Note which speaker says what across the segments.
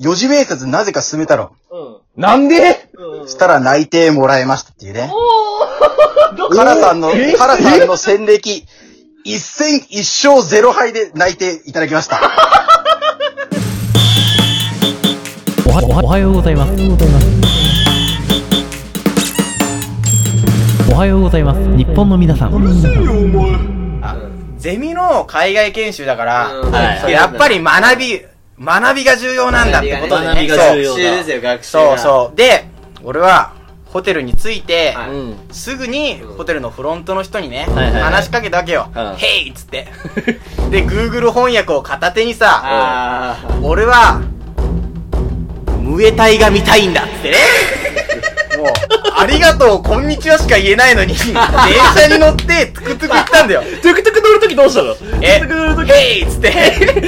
Speaker 1: 4時メートルなぜか進めたの。
Speaker 2: うん。
Speaker 3: なんで
Speaker 2: うんうん。
Speaker 1: したら内定もらえましたっていうね。
Speaker 2: おー ど
Speaker 1: カラさんの、
Speaker 3: え
Speaker 1: カラさんの戦歴、一戦一勝ゼロ敗で泣いていただきました。
Speaker 4: おはおはおはようございます。おはようございます。日本の皆さん。
Speaker 5: ゼミの海外研修だから、
Speaker 2: うんはい
Speaker 5: そうやっぱり学び、学びが重要なんだってことで
Speaker 6: 学
Speaker 5: ね。
Speaker 6: びが重
Speaker 5: そう
Speaker 6: 要
Speaker 2: 学習ですよ、学習が。
Speaker 5: そうそう。で、俺は、ホテルに着いて、
Speaker 2: はい
Speaker 6: うん。
Speaker 5: すぐに、ホテルのフロントの人にね、
Speaker 6: いはいはい
Speaker 5: 話しかけたわけよ。
Speaker 6: うん
Speaker 5: ヘイっ つって。で、Google 翻訳を片手にさ、
Speaker 2: あー。
Speaker 5: 俺は、ムエタイが見たいんだっつ ってね。もう、ありがとう、こんにちはしか言えないのに、電車に乗って、トゥクトゥク行ったんだよ。
Speaker 6: トゥクトゥク乗るときどうしたの
Speaker 5: え、
Speaker 6: トゥクトゥク乗るとき。
Speaker 5: ヘイっつって。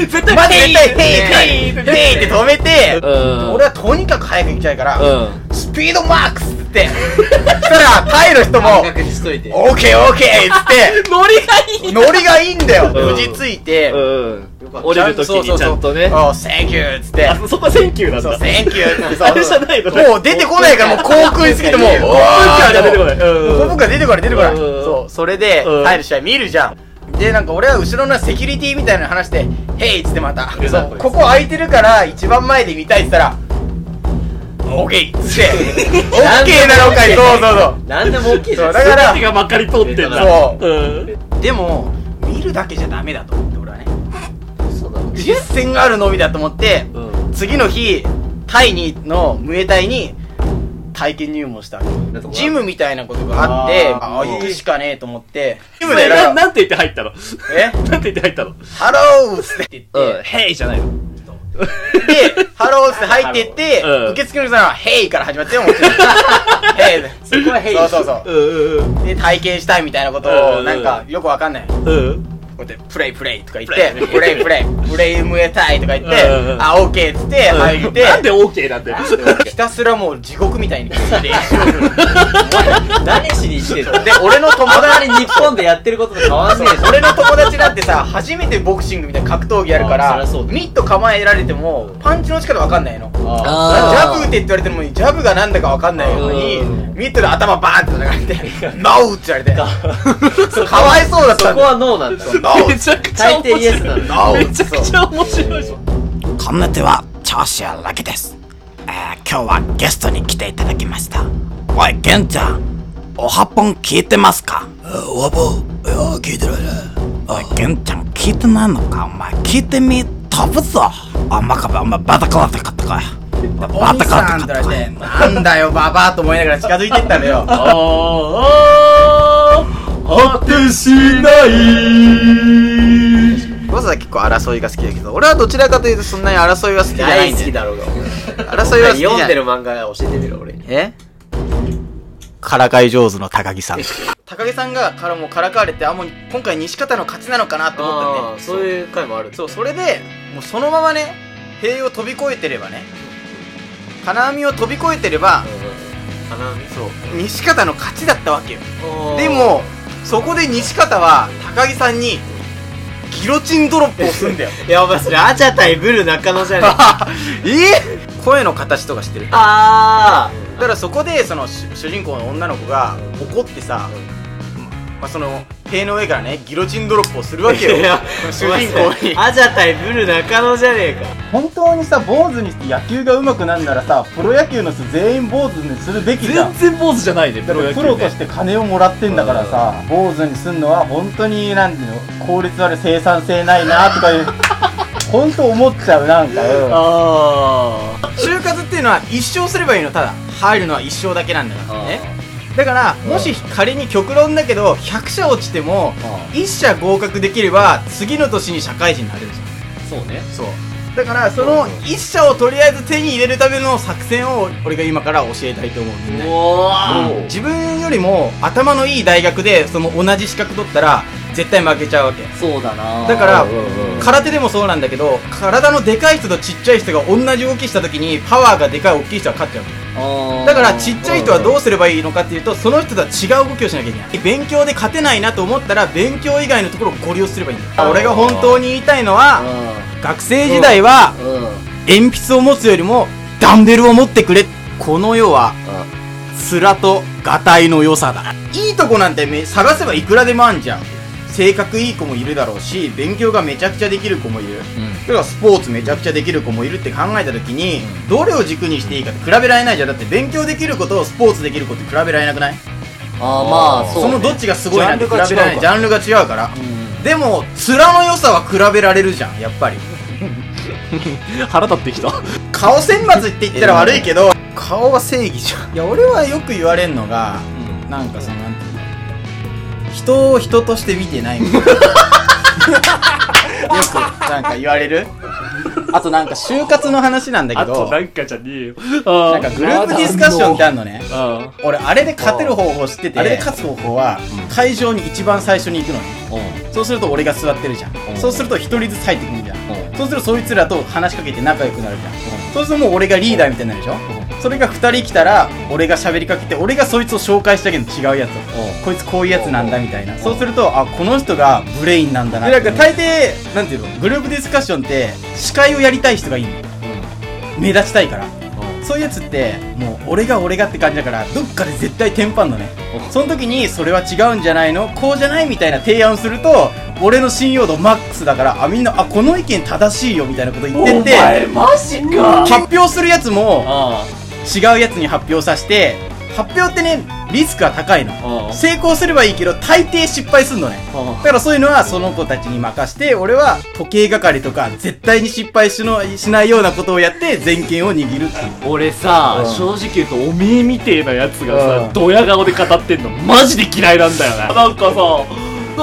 Speaker 6: 絶 対
Speaker 5: まず絶対、ヘ
Speaker 6: ヘイ
Speaker 5: イヘイヘイって止めて、
Speaker 6: うん
Speaker 5: 俺はとにかく早く行きたいから、
Speaker 6: うん。
Speaker 5: スピードマックスって 言って、そしたら、タイの人も、
Speaker 2: 確認しといて。
Speaker 5: オーケーオーケーっ つって、
Speaker 6: ノリがいい
Speaker 5: ノリがいいんだよ
Speaker 6: うん
Speaker 5: 無事ついて、
Speaker 6: うん
Speaker 2: か。った
Speaker 6: 降りるときにちゃんとね。
Speaker 5: おう、センキューっつって、
Speaker 6: あ、そこはセンキューなん
Speaker 5: そう、
Speaker 6: だ。
Speaker 5: センキューって
Speaker 6: あれじゃないのね
Speaker 5: もう出てこないから、もう航空にすぎて、もう、
Speaker 6: 航空機は出てこないうん
Speaker 5: 航空機は出てこない、出てこない。
Speaker 6: うん
Speaker 5: そう、それで
Speaker 6: う、ん
Speaker 5: 入る試合見るじゃん。で、なんか俺は後ろのセキュリティみたいなの話して、へいっつってまた、そうここ空いてるから一番前で見たいっつったら、オーケーっつ って、オッケーなのかい、そうそうそう。
Speaker 2: なんでも OK じ
Speaker 5: そ
Speaker 2: ゃ。
Speaker 5: うんだから
Speaker 6: 手、がまかり通ってんだ。
Speaker 5: そう
Speaker 6: うん。
Speaker 5: でも見るだけじゃダメだと思って俺はね実践があるのみだと思って、
Speaker 6: う
Speaker 5: 次の日タイにのムエタイに体験入門したわけジムみたいなことがあって
Speaker 2: あー
Speaker 5: ああ行くしかねえと思ってジム
Speaker 6: そ
Speaker 5: で
Speaker 6: れな
Speaker 5: なんか
Speaker 6: なんて言って入ったの
Speaker 5: え
Speaker 6: なんて言って入ったの
Speaker 5: ハローっつって言
Speaker 6: うん。
Speaker 5: っ
Speaker 6: ヘイじゃないの。
Speaker 5: て、で、ハローっつって入ってって、
Speaker 6: うん
Speaker 5: 受付の人は、ヘイから始まってよ、もちろん。 ヘイで。
Speaker 2: そこはヘイ
Speaker 5: そうそうそうう。で、体験したいみたいなこと
Speaker 6: う
Speaker 5: を、
Speaker 6: ん
Speaker 5: なんか、よくわかんない。
Speaker 6: んうん。うん。
Speaker 5: こうやってプレイプレイとか言って、プレイプレイ、プレイムエタイとか言って
Speaker 6: うんう、ん
Speaker 5: あ、オーケーっつって入っ
Speaker 6: なんで
Speaker 5: て、
Speaker 6: オーケーなんだよ。
Speaker 5: ひたすらもう地獄みたいに練習をする。
Speaker 2: 何しに行ってんの
Speaker 5: で、俺の友
Speaker 2: あんまり
Speaker 5: 達、
Speaker 2: 日本でやってることと変わんねえじゃん。
Speaker 5: 俺の友達だってさ、初めてボクシングみたいな格闘技やるか
Speaker 2: あそり
Speaker 5: ら
Speaker 2: ゃそう、だ
Speaker 5: ミット構えられても、パンチの力わかんないの。ジ
Speaker 6: ー
Speaker 5: ャブ打てって言われてるのに、ジャブがなんだかわかんないのに
Speaker 6: う、
Speaker 5: ミットで頭バーンって 叩かれて、ノーって言われて、かわいそうだっ
Speaker 2: そ
Speaker 5: たん
Speaker 2: こ
Speaker 5: だよ。
Speaker 2: はノーなんだ。
Speaker 5: ノー
Speaker 6: めちゃくちゃ面白
Speaker 2: 大抵
Speaker 6: い。
Speaker 2: イエスなの
Speaker 5: ノー
Speaker 6: めちゃくちゃ面白いじゃん。
Speaker 7: こんな手は長州ラケです、えー今日はゲストに来ていただきましたおい玄ちゃんおはぽん聞いてますかおはぽんいや聞いてるねおい玄ちゃん聞いてないのかお前聞いてみ飛ぶぞあまかべお前バタコラタカタカバタコラタカタカ
Speaker 5: なんだよ、ババアと思いながら近づいてったのよ。
Speaker 6: ああ、果てしない。
Speaker 5: ロザは結構争いが好きだけど、俺はどちらかというとそんなに争いは好きじゃな
Speaker 2: 大
Speaker 5: いん
Speaker 2: 好
Speaker 5: で
Speaker 2: き。だろうが。
Speaker 5: 争いは好きじゃない
Speaker 2: 読んでる漫画教えてみろ、俺に。
Speaker 5: え
Speaker 1: からかい上手の高木さん。
Speaker 5: 高木さんがからもうからかわれて、あ、もう今回西方の勝ちなのかなと思った
Speaker 2: あ
Speaker 5: ん
Speaker 2: ー
Speaker 5: で。
Speaker 2: そういう回もある。
Speaker 5: そう、それで、もうそのままね、塀を飛び越えてればね、金網を飛び越えてれば、
Speaker 2: うん。かなそう。
Speaker 5: 西方の勝ちだったわけよ。で
Speaker 2: でも、
Speaker 5: も、そこで西方は高木さんに、ギロチンドロップをするんだよ。
Speaker 2: いや、お前それ、アジャ対ブル中野じゃねえか。
Speaker 5: え声の形とかしてる
Speaker 2: あ
Speaker 5: だからそこでその主主人公の女の子が怒ってさ、まあ、その塀の上からねギロチンドロップをするわけよ
Speaker 2: いや
Speaker 5: 主人公に
Speaker 2: アジャ対ブル中野じゃねえか。
Speaker 1: 本当にさ、坊主にして野球が上手くなんならさ、プロ野球の人全員坊主にするべきじゃん
Speaker 6: 全。然坊主じゃないね、プ
Speaker 1: だ
Speaker 6: ロ
Speaker 1: か
Speaker 6: 野
Speaker 1: ら
Speaker 6: 球、ね。
Speaker 1: プロとして金をもらってんだからさ、坊主にすんのは本当に、なんていうの、効率悪い生産性ないなとかいう、本当思っちゃう、なんか。うん
Speaker 6: ああ。
Speaker 5: 就活っていうのは一生すればいいのただ入るのは一生だけなんだからねだからもし仮に極論だけど100社落ちても1社合格できれば次の年に社会人になれるじゃん
Speaker 6: そうね。
Speaker 5: そうだからその1社をとりあえず手に入れるための作戦を俺が今から教えたいと思うみんなに
Speaker 6: お
Speaker 5: うん自分よりも頭のいい大学でその同じ資格取ったら絶対負けちゃうわけ
Speaker 6: そうだな
Speaker 5: だから
Speaker 6: うん
Speaker 5: 空手でもそうなんだけど体のでかい人とちっちゃい人が同じ動きした時にパワーがでかい大きい人は勝っちゃうのだからちっちゃい人はどうすればいいのかっていうとその人とは違う動きをしなきゃいけない勉強で勝てないなと思ったら勉強以外のところをご利用すればいいんだよ俺が本当に言いたいのは学生時代は
Speaker 6: うん。
Speaker 5: 鉛筆を持つよりもダンベルを持ってくれこの世は面とがたいの良さだいいとこなんてめ探せばいくらでもあんじゃん性格いい子もいるだろうし勉強がめちゃくちゃできる子もいる、それからスポーツめちゃくちゃできる子もいるって考えた時に、どれを軸にしていいかって比べられないじゃんだって勉強できることをスポーツできる子って比べられなくない
Speaker 6: あ
Speaker 2: まあ
Speaker 5: そのどっちがすごいなんて比べられない
Speaker 6: ジ
Speaker 5: ジャンルが違うから、でも面の良さは比べられるじゃんやっぱり
Speaker 6: 腹立ってきた
Speaker 5: 顔選抜って言ったら悪いけど、顔は正義じゃんいや俺はよく言われるのが、なんかそのなんていうの人を人として見てないみ たいなよくなんか言われるあとなんか就活の話なんだ
Speaker 6: あ
Speaker 5: け
Speaker 6: と
Speaker 5: ど
Speaker 6: なんかじゃねえよあ
Speaker 5: なんかグループディスカッションってあるのね
Speaker 6: あ
Speaker 5: 俺あれで勝てる方法知っててあれで勝つ方法は会場に一番最初に行くのねそうすると俺が座ってるじゃんそうすると一人ずつ入ってくるじゃんそうするとそいつらと話しかけて仲良くなるじゃんそうするともう俺がリーダーみたいになるでしょそれが2人来たら俺が喋りかけて俺がそいつを紹介したけど違うやつをこいつこういうやつなんだみたいなそうするとあこの人がブレインなんだなでなんか大抵なんていうのグループディスカッションって司会をやりたい人がいいの目立ちたいからそういうやつってもう俺が俺がって感じだからどっかで絶対テンパんのねその時にそれは違うんじゃないのこうじゃないみたいな提案をすると俺の信用度マックスだからあみんなあこの意見正しいよみたいなこと言ってって
Speaker 6: マジか
Speaker 5: 発表するやつも
Speaker 6: あ
Speaker 5: 違うやつに発表させて発表ってねリスクが高いの
Speaker 6: あ
Speaker 5: 成功すればいいけど大抵失敗すんのねだからそういうのはその子たちに任して俺は時計係とか絶対に失敗しのしないようなことをやって全権を握るっていう
Speaker 6: 俺さ、正直言うとおめえみてえなやつがさ、ドヤ顔で語ってんのマジで嫌いなんだよねなんかさな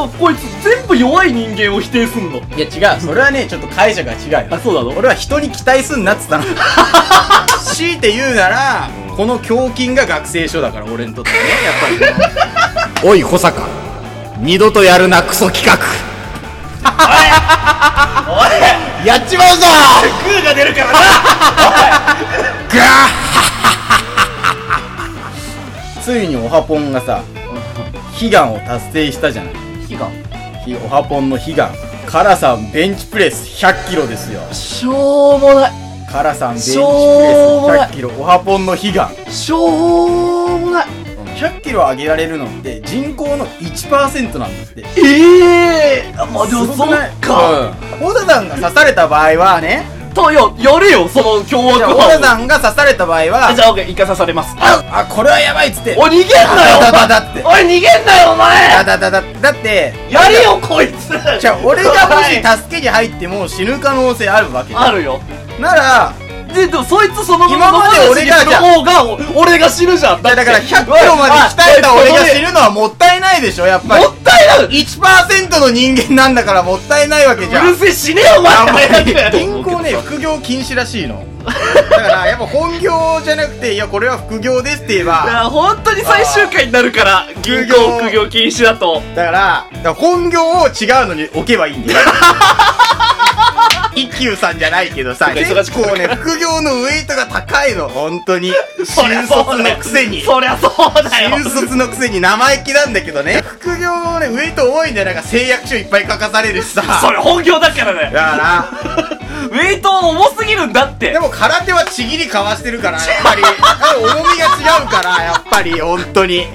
Speaker 6: んかこいつ全部弱い人間を否定すんの
Speaker 5: いや違うそれはねちょっと解釈が違うよ
Speaker 6: あそうなの
Speaker 5: 俺は人に期待すんなっ つったの強いて言うならこの胸筋が学生証だから俺にとってねやっぱり
Speaker 7: おい保坂二度とやるなクソ企画おいやっちまうぞグーが出るからな
Speaker 5: ついにオハポンがさ悲願を達成したじゃない悲願オハポンの悲願カラさんベンチプレス100キロですよ
Speaker 6: しょうもない
Speaker 5: カラさんベンチプ
Speaker 6: し
Speaker 5: レス
Speaker 6: ょうもない
Speaker 5: 100キロオハポンの悲願
Speaker 6: しょうもない
Speaker 5: 100キロ上げられるのって人口の1%なんだって
Speaker 6: ええー、まあでもそ
Speaker 5: すごくない
Speaker 6: っか、
Speaker 5: うん小田さんが刺された場合はね
Speaker 6: とよやれよその凶悪
Speaker 5: じゃあ小
Speaker 6: 犯
Speaker 5: 田
Speaker 6: を
Speaker 5: さんが刺された場合は
Speaker 6: あじゃあオッケーイカ刺されますあ
Speaker 5: あこれはやばいっつって
Speaker 6: おい逃げんなよ
Speaker 5: だだだだって
Speaker 6: お前おい逃げんなよお前
Speaker 5: だだだだだって
Speaker 6: やれよこいつ
Speaker 5: じゃあ俺がもし助けに入っても死ぬ可能性あるわけじゃ
Speaker 6: あ
Speaker 5: ん
Speaker 6: るよ
Speaker 5: なら
Speaker 6: ででもそいつその
Speaker 5: 今まで俺が
Speaker 6: 野放しにする方がお俺が死ぬじゃん
Speaker 5: いやだから100キロまで鍛えた俺が死ぬのはもったいないでしょやっぱり
Speaker 6: もったいな
Speaker 5: 1%の人間なんだからもったいないわけじゃ
Speaker 6: いうる
Speaker 5: ん
Speaker 6: せえ死ねよお前
Speaker 5: あんまり
Speaker 6: 早く
Speaker 5: 銀行ね副業禁止らしいのだからやっぱ本業じゃなくていやこれは副業ですって言え
Speaker 6: い
Speaker 5: ば
Speaker 6: や 本当に最終回になるから銀行副業禁止だと
Speaker 5: だからだから本業を違うのに置けばいいんだ よ一休さんじゃないけどさ結構ね副業のウエイトが高いの本当に
Speaker 6: そりゃ
Speaker 5: 新
Speaker 6: そう
Speaker 5: 卒
Speaker 6: だ
Speaker 5: の
Speaker 6: よ
Speaker 5: くせに
Speaker 6: そりゃそうだよ
Speaker 5: 新卒のくせに生意気なんだけどね副業もねウエイト多いんだよなんか誓約書いっぱい書かされるしさ
Speaker 6: それ本業だから
Speaker 5: だ
Speaker 6: ね
Speaker 5: から
Speaker 6: ウェイト重すぎるんだって
Speaker 5: でも空手はちぎりかわしてるからやっぱりやっぱり重みが違うからやっぱり本当に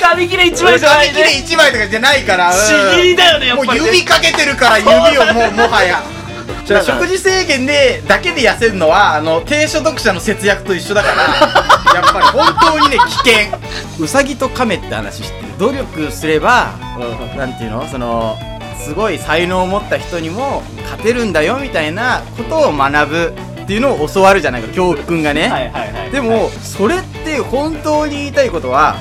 Speaker 6: 紙切れ一枚じゃない
Speaker 5: 俺紙
Speaker 6: ね
Speaker 5: 切れ1枚とかじゃないからうん
Speaker 6: ちぎりだよねやっ
Speaker 5: も
Speaker 6: ぱ
Speaker 5: う
Speaker 6: りね
Speaker 5: 指かけてるから指をもうもは や
Speaker 6: だから
Speaker 5: 食事制限でだけで痩せるのはあの低所得者の節約と一緒だ からやっぱり本当にね危険ウサギとカメって話してる努力すればなんていうのそのすごい才能を持った人にも勝てるんだよみたいなことを学ぶっていうのを教わるじゃないか教訓がね、
Speaker 6: はいはいはい
Speaker 5: でも、それって本当に言いたいことは、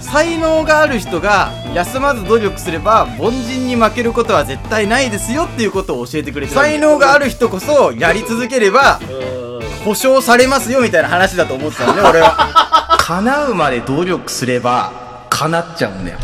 Speaker 5: 才能がある人が休まず努力すれば凡人に負けることは絶対ないですよっていうことを教えてくれてる才能がある人こそやり続ければ保証されますよみたいな 話だと思ってたのね俺は叶うまで努力すれば叶っちゃうんだよ